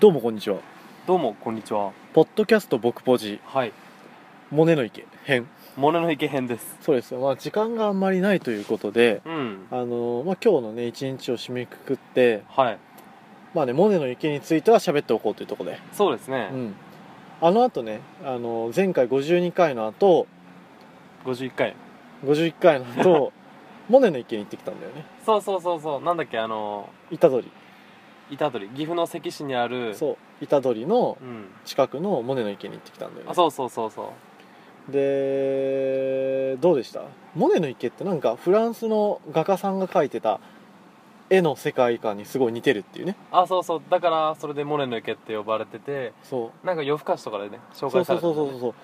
どうもこんにちはどうもこんにちはポッドキャスト僕ポジはいモネの池編モネの池編ですそうですまあ時間があんまりないということでうんあのーまあ、今日のね一日を締めくくってはいまあねモネの池については喋っておこうというところでそうですねう、んあのあとね、あのー前回52回の後51回51回の後 モネの池に行ってきたんだよねそうそうそうそうなんだっけあの虎取板取岐阜の関市にあるう、そう虎取のうん、近くのモネの池に行ってきたんだよねあそうそうそうそでどうでしたモネの池ってなんかフランスの画家さんが描いてた絵の世界観にすごい似てるっていうねうあそうそうだからそれでモネの池って呼ばれててそなんか夜更かしとかでねう紹そう介さそれうてそたうねそうそう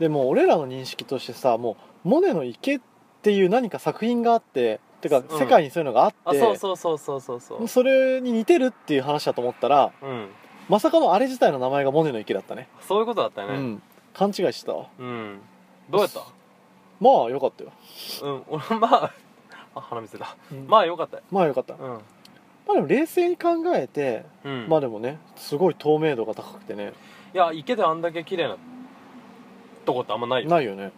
でもう俺らの認識としてさもうモネの池っていう何か作品があっててかうん世界にそういうのがあって、あそうそうそうそうそうそうそれに似てるっていう話だと思ったらうんまさかのあれ自体の名前がモネの池だったねそういうことだったうよねん勘違いしてたわうん、どうやったまあよかったよ、うん 俺まああ鼻水だままあよかったよあよかったまうんあでも冷静に考えてうん、まあでもねすごい透明度が高くてねいや池であんだけ綺麗なとこってあんまないよないよね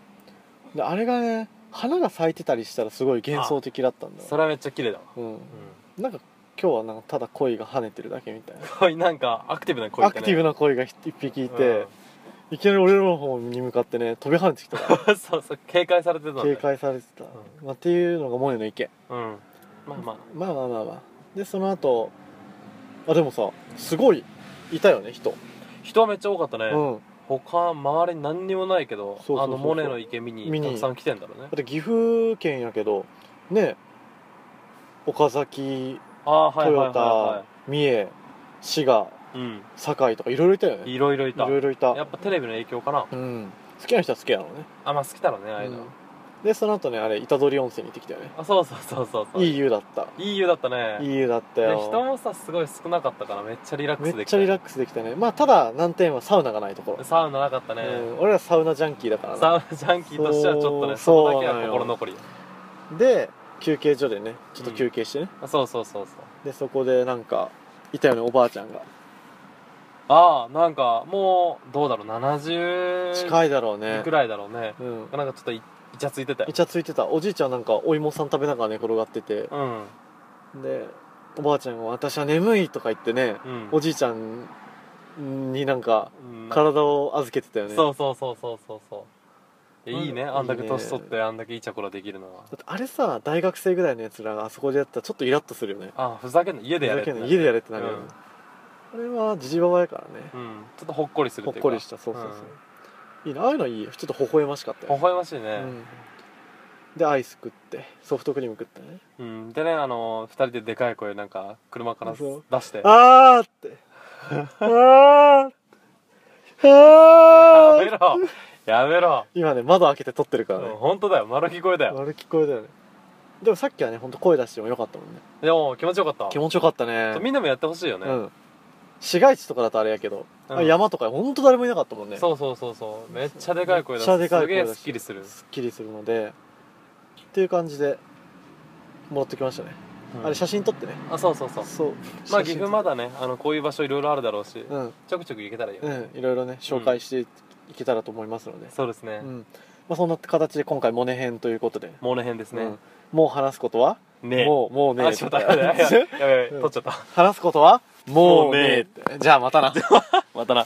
であれがね花が咲いてたりしたらすごい幻想的だったんだよそれはめっちゃ綺麗だわ、うんうなんか今日はなんかただ恋が跳ねてるだけみたいん、恋なんかアクティブな恋なアクティブな恋が一匹いて、いきなり俺らの方に向かってね飛び跳ねてきたからうんそうそう警戒されてたんだよ警戒されてた、うまあ、っていうのがモネの意見うんまあまあまあまあまあまあでその後あでもさすごいいたよね人、人はめっちゃ多かったね、うん他周り何にもないけそうどそうそうそうあのモネの池見に見にたくさん来てんだろうだねって岐阜県やけどね岡崎ああはいはい豊はい、田、は三重滋賀い、うん堺とかいろいろいたよねいろいろいいたろいろいたやっぱテレビの影響かなうん、好きな人は好きやろうね、あまあ好きだろうねああいうの、うんでその後ねあれ虎杖温泉に行ってきたよねあそうそうそうそうそういい湯だったいい湯だったねいい湯だったでよ人もさすごい少なかったからめっちゃリラックめスでっきちたゃよリラックスできたねまあただ難点はサウナがないところ、サウナなかったね、うん、俺らサウナジャンキーだからサなウナジャンキーとしてはちょっとねそうそこだそうけはなのよ心残りで休憩所でねちょっと休憩してね、あそうそうそうそうでそこでなんかいたよねおばあちゃんがああなんかもうどうだろう70近いだろうねくらいだろうねうんなんかちょっといイチャついてたよイチャついてたおじいちゃんなんかお芋さん食べながら寝転がっててうんでおばあちゃんが「私は眠い」とか言ってねうんおじいちゃんになんかうん体を預けてたよねそうそうそうそうそうそういやいいねうんあんだけいいね年取ってあんだけイチャコラできるのはだってあれさ大学生ぐらいのやつらがあそこでやったらちょっとイラッとするよねあふざけんな家でやれふざけんなな家でやれってなるよね、あれはじじばばやからねうんちょっとほっこりするほっっていうかこりしたそうそうそう、いいなああいうのいいよちょっと微笑ましかった微よ、笑ましいねうん、でアイス食ってソフトクリーム食ってねうんでねあの2人ででかい声なんか車からすそう出してあーって あーってやあめーろやめろ今ね窓開けて撮ってるからうんね本当だよ丸聞こ えだよあれ聞こえたよねでもさっきはねほんと声出してもよかったもんねでも気持ちよかった気持ちよかったねみんなもやってほしいよね、うん市街地とかだとあれやけど、うんあ山とかほんと誰もいなかったもんねそうそうそうそうめっちゃでかい声だめっちゃでかい声すげえだしすっきりする、すっきりするのでっていう感じで戻ってきましたね、あれ写真真撮ってねあそうそうそうそうまあ写真岐阜まだねあのこういう場所いろいろあるだろうし、うんちょくちょく行けたらいいよ、うんいろいろね紹介していけたらと思いますので、そうですね、うんまあ、そんな形で今回モネ編ということで、モネ編ですうねん、もう話すことは、ねえもうもうねあえちょっととか 待ってやべやべやべうん取っちゃった 話すことはももううねねえってじゃあまたなまたな